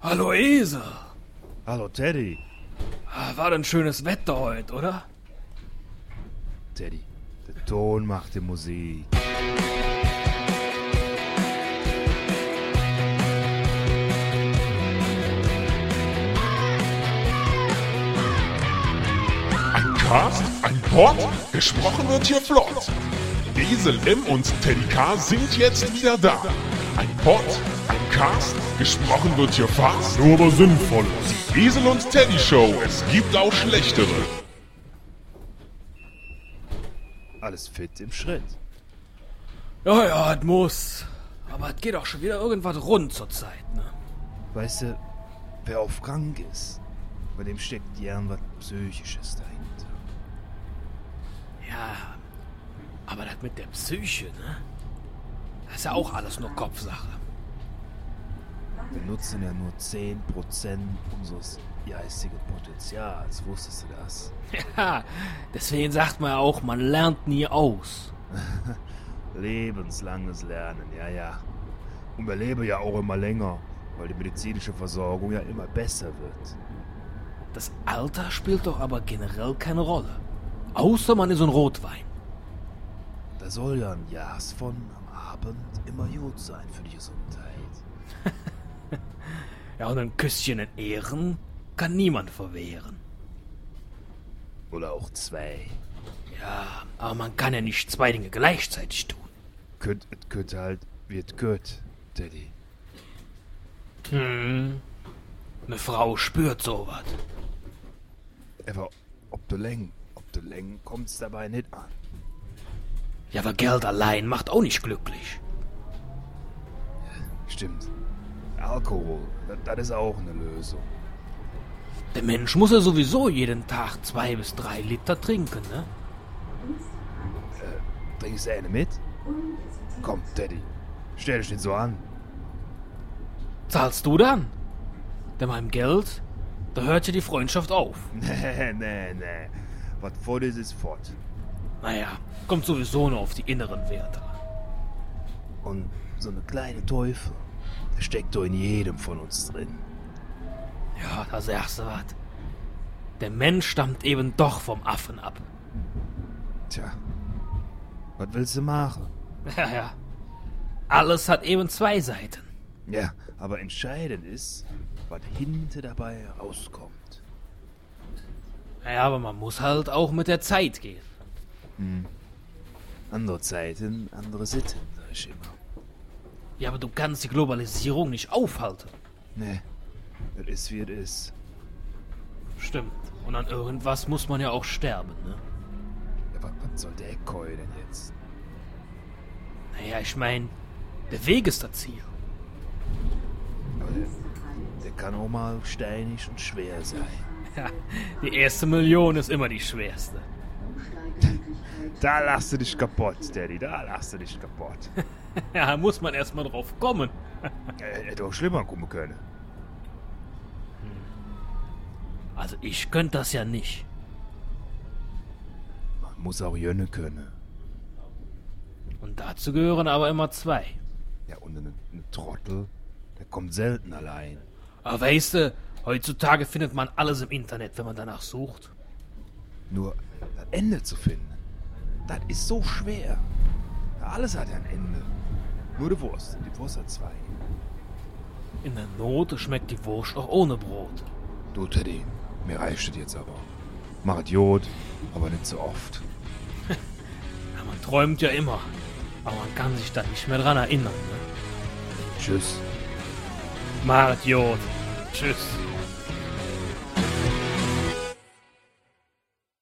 Hallo Ese. Hallo Teddy. Ah, War denn schönes Wetter heute, oder? Teddy, der Ton macht die Musik. Ein Cast, ein Pod, gesprochen wird hier flott. Esel M und Teddy K sind jetzt wieder da. Ein Pod, ein Cast, gesprochen wird hier fast, nur aber sinnvoll. Die Esel und Teddy Show, es gibt auch schlechtere. Alles fit im Schritt. Ja, ja, es muss. Aber es geht auch schon wieder irgendwas rund zur Zeit, ne? Weißt du, wer auf krank ist, bei dem steckt gern was Psychisches dahinter. Ja. Aber das mit der Psyche, ne? Das ist ja auch alles nur Kopfsache. Wir nutzen ja nur 10% unseres geistigen Potenzials, wusstest du das? Ja, deswegen sagt man ja auch, man lernt nie aus. Lebenslanges Lernen, ja, ja. Und wir leben ja auch immer länger, weil die medizinische Versorgung ja immer besser wird. Das Alter spielt doch aber generell keine Rolle. Außer man ist ein Rotwein. Da soll ja ein Jas von am Abend immer gut sein für die Gesundheit. Ja, und ein Küsschen in Ehren kann niemand verwehren. Oder auch zwei. Ja, aber man kann ja nicht zwei Dinge gleichzeitig tun. Könnt, et könnt halt, wird gut, Teddy. Eine Frau spürt sowas. Aber ob du läng, ob du läng, kommt's dabei nicht an. Ja, aber Geld allein macht auch nicht glücklich. Stimmt. Alkohol, das ist auch eine Lösung. Der Mensch muss ja sowieso jeden Tag zwei bis drei Liter trinken, ne? Trinkst du eine mit? Komm, Teddy, stell dich nicht so an. Zahlst du dann? Denn beim Geld, da hört ja die Freundschaft auf. Nee, nee, nee. Was fort ist, ist fort. Naja, kommt sowieso nur auf die inneren Werte an. Und so eine kleine Teufel, der steckt doch in jedem von uns drin. Ja, da sagst du was. Der Mensch stammt eben doch vom Affen ab. Tja, was willst du machen? Ja, ja. Alles hat eben zwei Seiten. Ja, aber entscheidend ist, was hinten dabei rauskommt. Ja, aber man muss halt auch mit der Zeit gehen. Andere Zeiten, andere Sitten, sag ich immer. Ja, aber du kannst die Globalisierung nicht aufhalten. Nee, Ne, es ist wie es ist. Stimmt. Und an irgendwas muss man ja auch sterben, ne? Aber was soll der Koi denn jetzt? Naja, ich mein, der Weg ist das Ziel. Der kann auch mal steinig und schwer sein. Ja, die erste Million ist immer die schwerste. Da lachst du dich kaputt, Daddy, da lachst du dich kaputt. Ja, muss man erstmal drauf kommen. Äh, Hätte auch schlimmer kommen können. Also ich könnte das ja nicht. Man muss auch jönne können. Und dazu gehören aber immer zwei. Ja, und ein, ein Trottel, der kommt selten allein. Aber weißt du, heutzutage findet man alles im Internet, wenn man danach sucht. Nur das Ende zu finden, das ist so schwer. Ja, alles hat ja ein Ende. Nur die Wurst, die Wurst hat zwei. In der Not schmeckt die Wurst auch ohne Brot. Du, Teddy, mir reicht es jetzt aber. Mach Jod, aber nicht so oft. Ja, man träumt ja immer. Aber man kann sich da nicht mehr dran erinnern. Ne? Tschüss. Macht Jod. Tschüss.